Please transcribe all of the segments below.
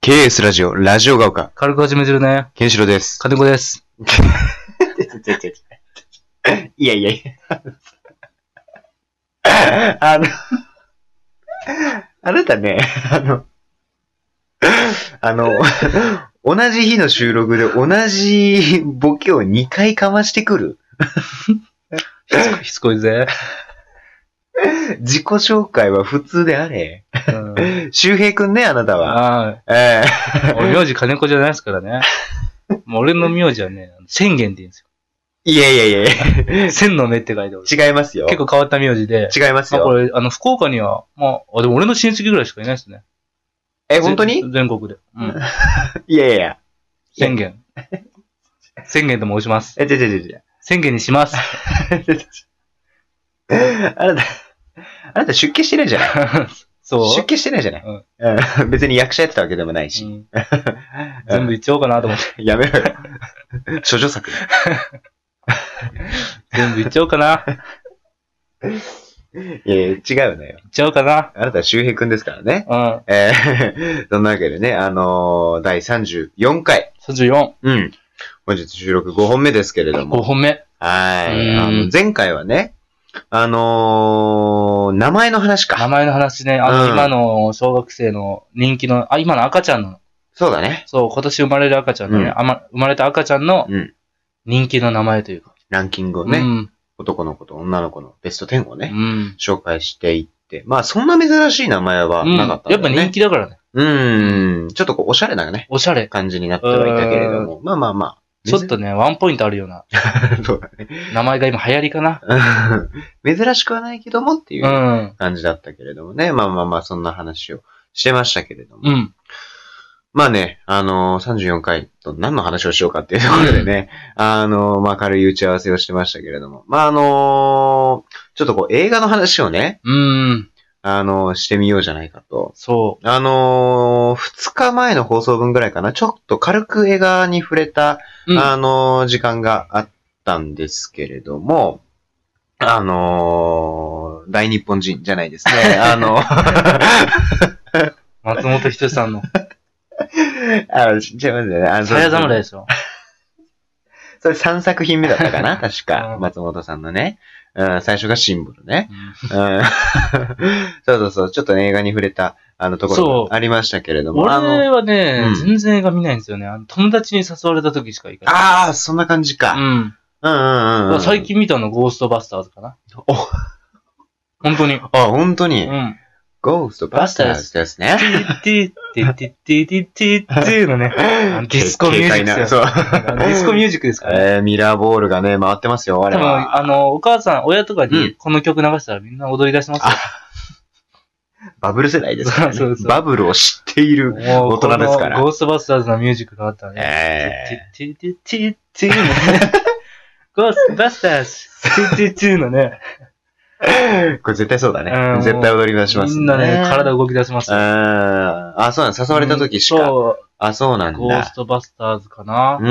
KS ラジオ、ラジオが丘、軽く始めてるね。ケンシロウです。金子です。 いやいやいや。 あの、あなたね、あの、あの、同じ日の収録で同じボケを2回かましてくる。しつこいぜ。自己紹介は普通であれ。うん、周平くんね、あなたは。あえあ、俺名字金子じゃないですからね。もう俺の名字はね、千元って言うんですえいやいやいやよ。千の目って書いてある。違いますよ。結構変わった名字で。違いますあこよ。れ、あの、福岡には、まあ、あでも俺の親戚ぐらいしかいないですね。え、本当に全全国で。うん。いやいやいや。千元。千元と申します。え、違う違う違う違う。千元に します。あなた、あなた出家してないじゃないそう。出家してないじゃない、うんうん別に役者やってたわけでもないし。うん全部言っちゃおうかなと思って。やめろ よ。諸女作。全部言っちゃおうかな。言っいやいや、違うのよ。ちゃおうかな。あなたは周平くんですからね。うん。えー そんなわけでね、あのー第34回。 34。うん。本日収録5本目ですけれど5も。本目。はうい。んあの前回はね、あのー名前の話名か。前の話ね、あの、うん今の小学生の人気の、あ、今の赤ちゃんの、そうだね。そう、今年生まれる赤ちゃんのね、うんあま、生まれた赤ちゃんのうん人気の名前というか。ランキングをね、うん。男の子と女の子のベスト10をうね、ん。紹介していって、まあそんな珍しい名前はうんなかったんだやよっぱね。人気だからね。うん。ちょっとこう、おしゃれなね、おしゃれ。感じになってはいたけれども。まあまあまあ。ちょっとね、ワンポイントあるような珍、 そうだ名前が今流行りかな。。ね。うん珍しくはないけどもっていううん感じだったけれどもね。まあまあまあ、そんな話をしてましたけれども。うん。まあね、あのー、34回と何の話をしようかっていうところでね、 あのー、まあ軽い打ち合わせをしてましたけれども。まああのー、ちょっとこう、映画の話をね、うん。あのー、してみようじゃないかと。そあのー、2日前の放送分ぐらいかな、ちょっと軽く映画に触れた、う。うん。あのー、時間があったんですけれども、あのー、大日本人じゃないです ね。あの、松本人志さ んの、あの、ちょちょっと待ってね。あのさや侍で すよ。それ3作品目だったか な確うか。ん松本さんのね。うん、最初がシンボルね。うんうん、 そうそうそう。ちょっとね映画に触れた、あの、とこそろうがありましたけれども。あの、俺はねう、ん全然映画見ないんですよね。あの友達に誘われた時しか行かない。ああ、そんな感じか。うんうんうんうん。最近見たのゴーストバスターズかな。お本当に。あ、本当に。うん。ゴーストバスターズですね。ティティティティティティティの ね、あのディスコミュージックですよ。軽あ快のな ディスそう。コミュージックですからね。えー、ミラーボールがね、回ってますよ、多我分、は。あの、お母さん、親とかうにこの曲流したらみんな踊り出しますよ。バブル世代ですからねそうそうそうバブルを知っている。もう大人ですからこのゴーストバスターズのミュージックがあったらね。えティティティティティのね。 ゴーストバスターズ、ティティティのね、ー、これ絶対そうだうね。ん絶対踊り出します、みんなね、体動き出しますよ。あーあ、そうなんです。誘われた時しか。そうあ、そうなんゴースだ。トバスターズかなう。ー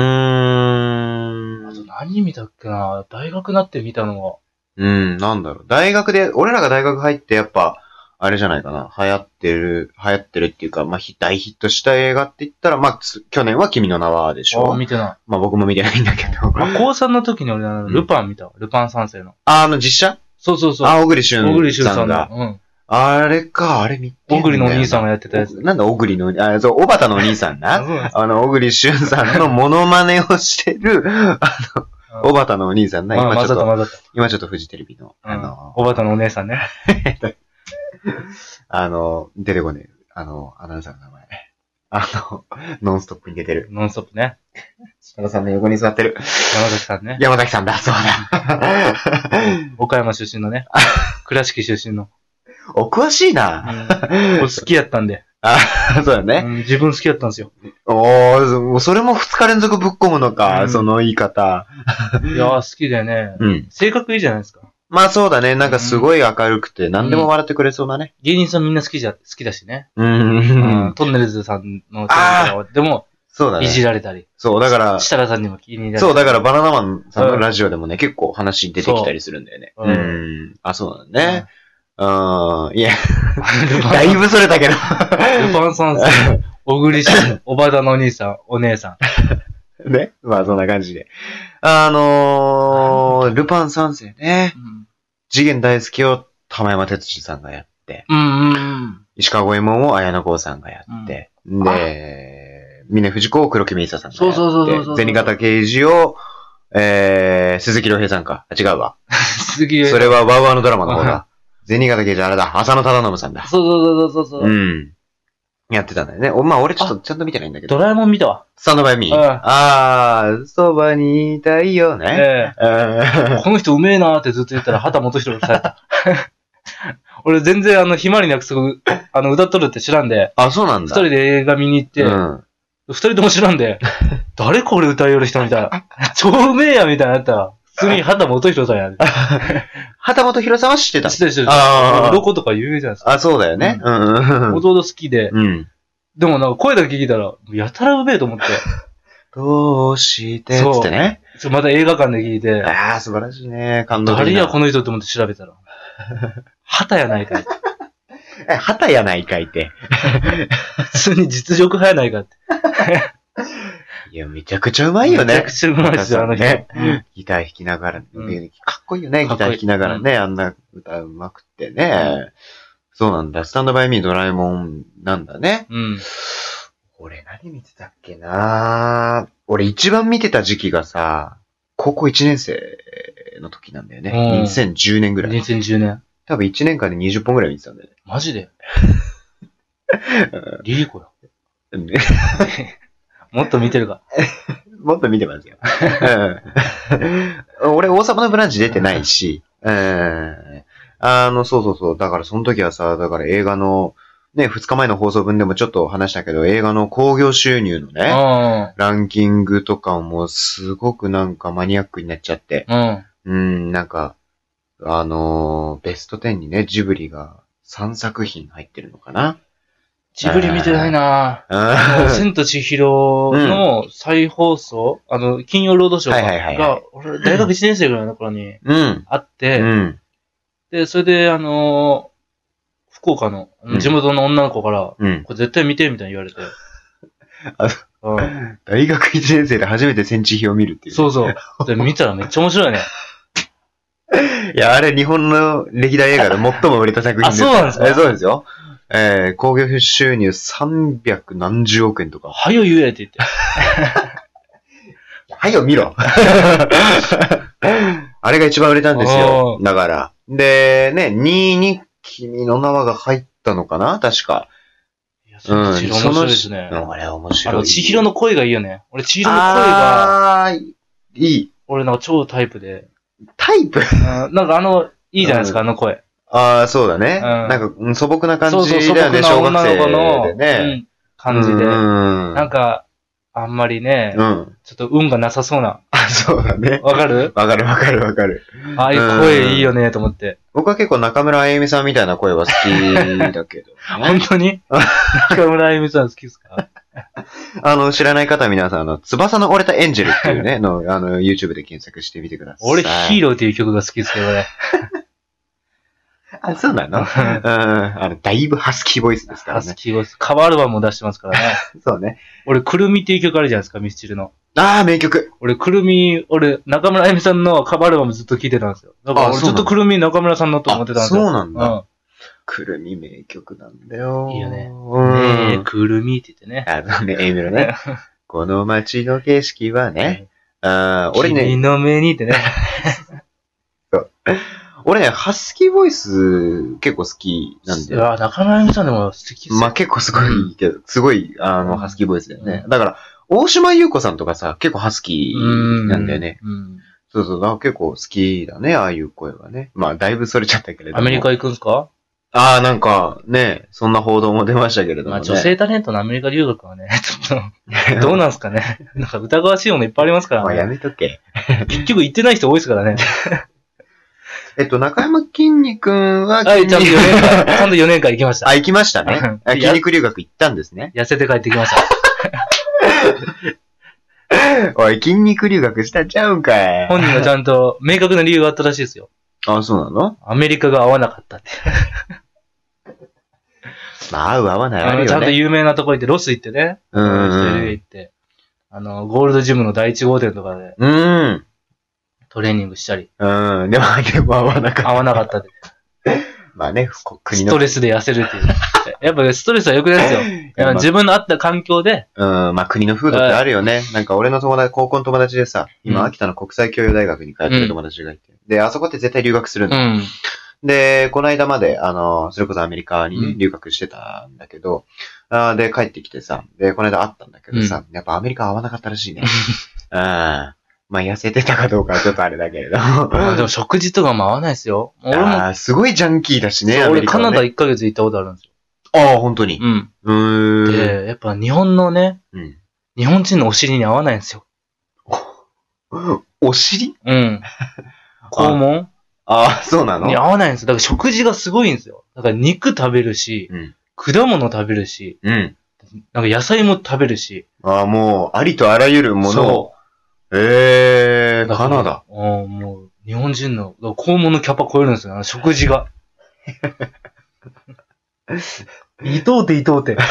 あとん。何見たっけな大学になって見たのは。うん、なんだろう。大学で、俺らが大学入ってやっぱ、あれじゃないかな。流行ってる、流行ってるっていうか、まあ、ひ大ヒットした映画って言ったら、まあ、つ去年は君の名はでしあーょ。見てなまあ、僕も見てないんだけど。い。あ、高3の時に俺、あのうんルパン見たわ。ルパン三世の。 あ、あの実写そうそうそう。あ、小栗旬さん小だ。栗旬さんの。うん。あれか、あれ見てんだよ小栗のお兄さんががやってたやつ。なんだ、小栗の、あ、そう、小畑のお兄さん あな。そうなんですあの、小栗旬さんのモノマネをしてる、 あの、うん小畑のお兄さんな。あ今混ちょざっったと、混ざっ今ちょっとフジテレビの、た。あうんの、おばたのお姉さんね。あの、出てこねえ。あの、アナウンサーの名前。あの、ノンストップに出てる。ノンストップね。設楽さんの横に座ってる。山崎さんね。山崎さんだ、そうだ。岡山出身のね。倉敷出身の。お詳しいな。うん。俺好きやったんで。あ、 そうだうね。ん自分好きやったんですよ。おー、もうそれも二日連続ぶっ込むのか、うんその言い方。いやー、好きだよね。うん。性格いいじゃないですか。まあそうだね。なんかすごい明るくて、何でも笑ってくれそうだね。芸人さんみんな好きじゃ、好きだしね。うん。うんトンネルズさんのテレビとかでも、そうだいじね。られたり。そう、だから、設楽さんにも気に入られそう、だからバナナマンさんのラジオでもね、結構話出てきたりするんだよね。そうううんん。あ、そうだね。うん。いや、 ルパンだいぶそれたけど。 ルパン三世。小栗旬、おばたのお兄さん、お姉さん。ね。まあ、そんな感じで。あのー、ルパン三世ね。うん。次元大好きを玉山哲司さんがやって、うんうん石川五右衛門を綾野剛さんがやって、で、峰藤子を黒木メイサさんがやって、そうそうそうそうそう銭形刑事を、えー、鈴木亮平さんか。あ、違うわ。鈴木亮そ平れはワウワウのドラマの方うんだ。銭形刑事あれだ。浅野忠信さんだ。そうそうそうそうそうう。ん。やってたんだよね。おまあ、俺ちょっとちゃんと見てないんだけどド。ラえもん見たわ。スタンドバイミー。うんあー、そばにいたいよね。ええあこの人うめえなーってずっと言ったら、畑元博された。俺全然あの、ひまわりの約束、あの、歌っとるって知らんで、ー、そうなん二だ。人で映画見に行って、うん。二人とも知らんで、誰これ歌いよる人みたいな。超うめえやみたいになったら、普通に畑元博さんやで。旗本博さんは知ってた。失礼してる。あー鱗とか有名じゃないですか。あ、そうだよね。うん。うん弟好きで、うん。でもなんか声だけ聞いたら、やたらうめえと思って。どうしてそうつってね。そうまた映画館で聞 いて、あー、素晴らしいね。感動的な。誰やこの人って思って調べたら。旗やない かい。え、旗やないかいって。普通に実力派やないかって。いや、めちゃくちゃうまいよめちゃねく。ちゃうまいですよ、あの人。ねうんギター弾きながら、うんかっこいいよね、かギっこターいい弾きながらね、あんな歌うまくってね。そうなんだ。スタンドバイミードラえもんなんだね。うん。俺何見てたっけな俺一番見てた時期がさ、高校1年生の時なんだよね。うん2010年ぐらい。 2010年。多分1年間で20本ぐらい見てたんだよマ ジでリリコよ。 ね。もっと見てるか。もっと見てますよ。うん俺、王様のブランチ出てないし、うん。あの、そうそうそう。だから、その時はさ、だから映画の、ね、2日前の放送分でもちょっと話したけど、映画の興行収入のね、うランキングとかもすごくなんかマニアックになっちゃって、ん。うん。うん、なんか、あのーベスト10にね、ジブリが3作品入ってるのかな。ジブリ見てないなうんぁ。もう千と千尋の再放送、あの、金曜ロードショーかはいはいはいはが、俺、大学1年生ぐらいの頃にうん。あって、うん。で、それで、あのー福岡のうん地元の女の子から、うん。これ絶対見て、みたいに言われて。うん、大学1年生で初めて戦地表を見るっていうね、そうそう。で、見たらめっちゃ面白いね。 いや、あれ日本の歴代映画で最も売れた作品です。 あそうなんですかえそうですよ。えー、興行収入300何十億円とか。はよ言えって言って。はいよ、 見ろあれが一番売れたんですよ。だから。で、ね、2位に君の名はが入ったのかな確か。いや、その千尋面白いですね。うん、あれ面あ白の、い。千尋の声がいいよね。俺、千尋の声が、あーいい。俺なんか超タイプで。タイプうんなんかあの、いいじゃないですか、あうの声。ああ、そうだね。んなんかうん、素朴な感そうそう、じ素だよ朴ね、な小学女の子の、生でね。うん感じで。うん。なんか、あんまりね、うん。ちょっと運がなさそうな。あ、そうだね。わかるわかるわかるわかる。ああいう声いいよね、と思って。僕は結構中村あゆみさんみたいな声は好きだ けど本ね。当に中村あゆみさん好きで すかあの、知らない方は皆さん、あの、翼の折れたエンジェルっていう ね、の、あの、YouTube で検索してみてください。俺、ヒーロローっていう曲が好きですけどね。ー。あ、そう なのうん。あの、だいぶハスキーボイスですからハスね。キーボイス。カバーアルバムも出してますからね。 そうね。俺、くるみっていう曲あるじゃないですか、ミスチルの。ああ、名曲。俺、くるみ、俺、中村あゆみさんのカバーアルバムずっと聴いてたんですよ。だからあ俺、そうずなっんだとくるみ中村さんのと思ってたんあですそうよ。なんうだ。くるみ名曲なんだよ。いいよねん。ねえうん。くるみって言ってね。あのね、エイメロ ね。この街の景色はね、あー俺ね、君の目にってね。俺ね、ハスキーボイス結構好きなんだよ。あ、中村あゆみさんでも素敵ですよ。まあ結構すごいけど、すごい、あうの、んハスキーボイスだよね。だから、大島優子さんとかさ、結構ハスキーなんだよね。うん。そうそう、だから結構好きだね、ああいう声はね。まあ、だいぶそれちゃったけれども。アメリカ行くんすかああ、なんか、ね、そんな報道も出ましたけれども、まあね。女性タレントのアメリカ留学はね、 ちょ っと、どうなんすかね。なんか疑わしいものいっぱいありますかまあ、やらね。めとけ。結局行ってない人多いですか らね。えっと、中山きんに君は、はい、ちゃんと4筋肉年間、ちゃんと4年間行きまし た。あ、行きましたね。あい筋や肉留学行ったんですね。痩せて帰ってきました。おい、筋肉留学したんちゃうんかい。本人がちゃんと明確な理由があったらしいですよ。あ、そうなのアメリカが合わなかったって。まあ、合う合わないああるのちゃよんとね。有名なとこ行って、ロス行ってね。うんうステんルウェイ行って。あの、ゴールドジムの第1号店とかでうん。トレーニングしたり、うん。うん。でも、でも合わなかった。合わなかったで。まあね、こ国スの。トレスで痩せるっていう。 やっぱねストレスは良くないですよ。やっまあぱ自分の合った環境で、うん、まあ国の風土ってあるよね。なんか俺の友達、高校の友達でさ、今、うん秋田の国際教養大学に通ってる友達がいて。で、あそこって絶対留学するんうだ。ん。で、この間まで、あの、それこそアメリカにねうん留学してたんだけど、あーで、帰ってきてさ、で、この間会ったんだけどさ、やっぱアメリカ合わなかったらしいね。 うん。まあ痩せてたかどうかはちょっとあれだけれど。 まあでも食事とかも合わないですよ。俺も、 あーすごいジャンキーだしね、そうアメ俺リカカはナね、ダ1ヶ月行ったことあるんですよ。ああ、本当に。うん。うーん。で、やっぱ日本のね、うん日本人のお尻に合わないんですよ。お尻うん。肛門ああ、そうなのに合わないんですよ。だから食事がすごいんですよ。だから肉食べるし、うん果物食べるし、うん。なんか野菜も食べるし。ああ、もう、ありとあらゆるものを。ええー、だかカらナダ。うん、もう、日本人の、だから肛門のキャパ超えるんですよ、あの食事が。伊藤て伊藤て。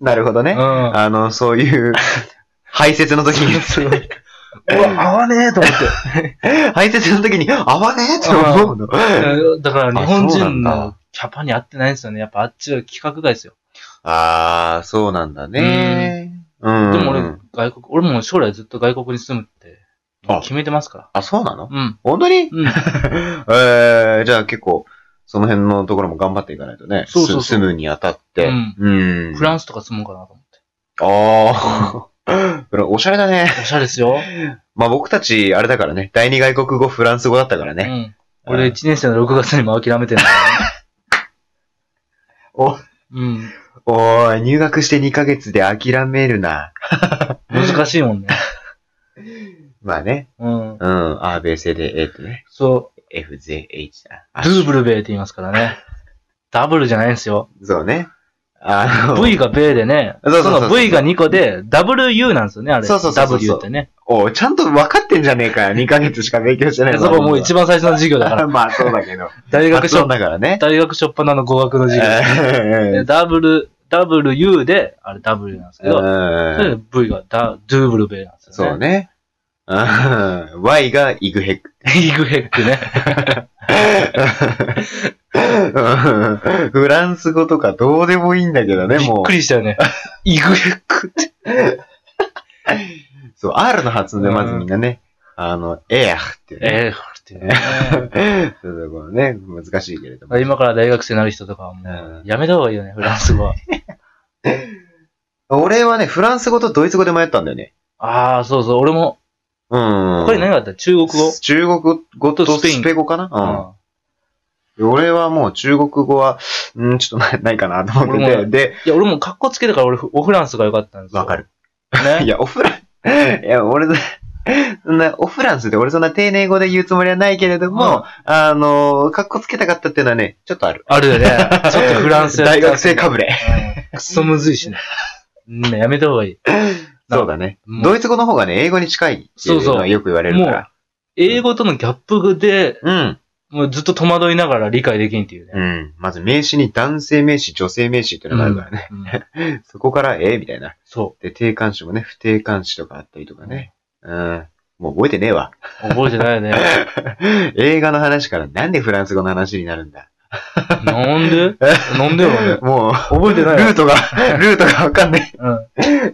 なるほどうね。ん。うわ、あの、そう いう、排泄の時に、合わねえと思って。 排泄の時に、合わねえって思うの。 うんだから日本あそうなん人のだキャパに合ってないんですよね。やっぱあっちは規格外ですよ。ああ、そうなんだね。うん。でも俺、外国、俺も将来ずっと外国に住むってあ、決めてますかあ、そうなのら。うん。本当にうん。 ええー、じゃあ結構、その辺のところも頑張っていかないとね。そうそうそうす住むにあたって。うんうん。フランスとか住もうかなと思って。ああ。 フランおしゃれだね。おしゃれですよ。まあ僕たち、あれだからね。第二外国語、フランス語だったからうね。ん。俺1年生の6月にも諦めてるんだおよね。うん。おーい、入学して2ヶ月で諦めるな。難しいもんね。まあね。うん。うん。A, B, C, D, E ってね。そ F, Z, H だ。う。あドゥーブルベイって言いますからね。ダブルじゃないんですよ。そうね。あの、 V がベイでね。そうそうそうそうの V が2個で、WU なんですよね、あれ。そうそうそうそうそう W ってね。おうちゃんと分かってんじゃねえかよ。2ヶ月しか勉強してないそこもう一番最初の授業だから。番。まあそうだけど。大学学し長ょ、だからね。大学しょっぱなの語学の授業。えでー W、WU で、あれ W なんですけうど、それんで V がダドゥーブルベイなんですそよね。う。ね。うん Y がイグヘック。 イグヘックね。うんフランス語とかどうでもいいんだけどね、びっもうく。りしたよね。イグヘックって。 そう、R の発音でまずみんなね、あの、エアっていうね。ええ、っていうね。 そういうところね、難しいけれども。今から大学生になる人とかはもう、やめた方がいいよね、フランス語は。俺はね、フランス語とドイツ語で迷ったんだよね。ああ、そうそう、俺も、うん。これ何があった中国語中国語ととスペインスペイン語かなあうん。俺はもう中国語は、うん、ちょっとなないかなと思って俺て、もで、ーいや、俺も格好つけたから俺、オフランスが良かったんですよ。わかる。 いね。や、オフラン、いや、俺、そんな、オフランスで俺そんな丁寧語で言うつもりはないけれども、あの、格好つけたかったっていうのはね、ちょっとある。あ るよね。ちょっとフランスやった大学生かぶれ。うんくそむずいしね。うんやめた方がいい。 そうだね。もうドイツ語の方がね、英語に近いっていうのはよく言われるから。英語とのギャップで、うん。もうずっと戸惑いながら理解できんっていううね。ん。まず名詞に男性名詞、女性名詞っていうのがあるからね。うん。そこから、えーみたいな。そで、定冠詞もね、不定冠詞とかあったりとかね。うん。もう覚えてねえわ。う。覚えてないよね。映画の話からなんでフランス語の話になるんだ。なんでなんでよ、俺。もう、覚えてルないよー。トが、 ルートがわかんない。うん。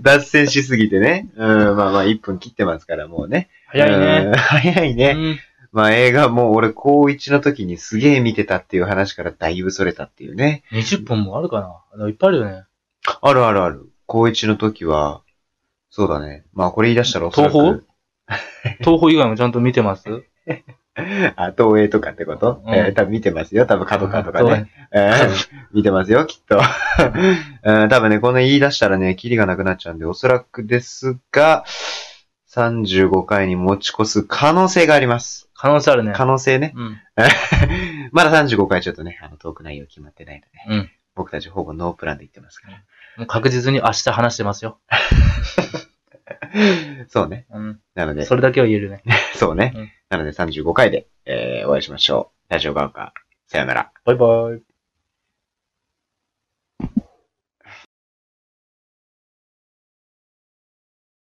脱線しすぎてね。うん、まあまあ、1分切ってますから、もうね。早いね。うん。早いうね。ん。まあ映画も俺高1の時にすげえ見てたっていう話からだいぶそれたっていうね。 20本もあるかな。でもいっぱいあるよね。あるあるある。高1の時は、そうだね。まあこれ言い出したらおそらく東東宝以外もちゃんと見てます あ、東映とかってこと、うんえー多分見てますよ。多分角川とか東ね。えー見てますよ、きっと。 うん多分ね、この言い出したらね、キリがなくなっちゃうんで、おそらくですが、35回に持ち越す可能性があります。可能性あるね。可能性ね。 うん。まだ35回ちょっとね、あの、トーク内容決まってないので、うん僕たちほぼノープランで言ってますから。もう確実に明日話してますよ。そうね。うん。なので、それだけは言えるね。そうね。うんなので35回で、えーお会いしましょう。ラジオガオカ、さよなら。バイバイ。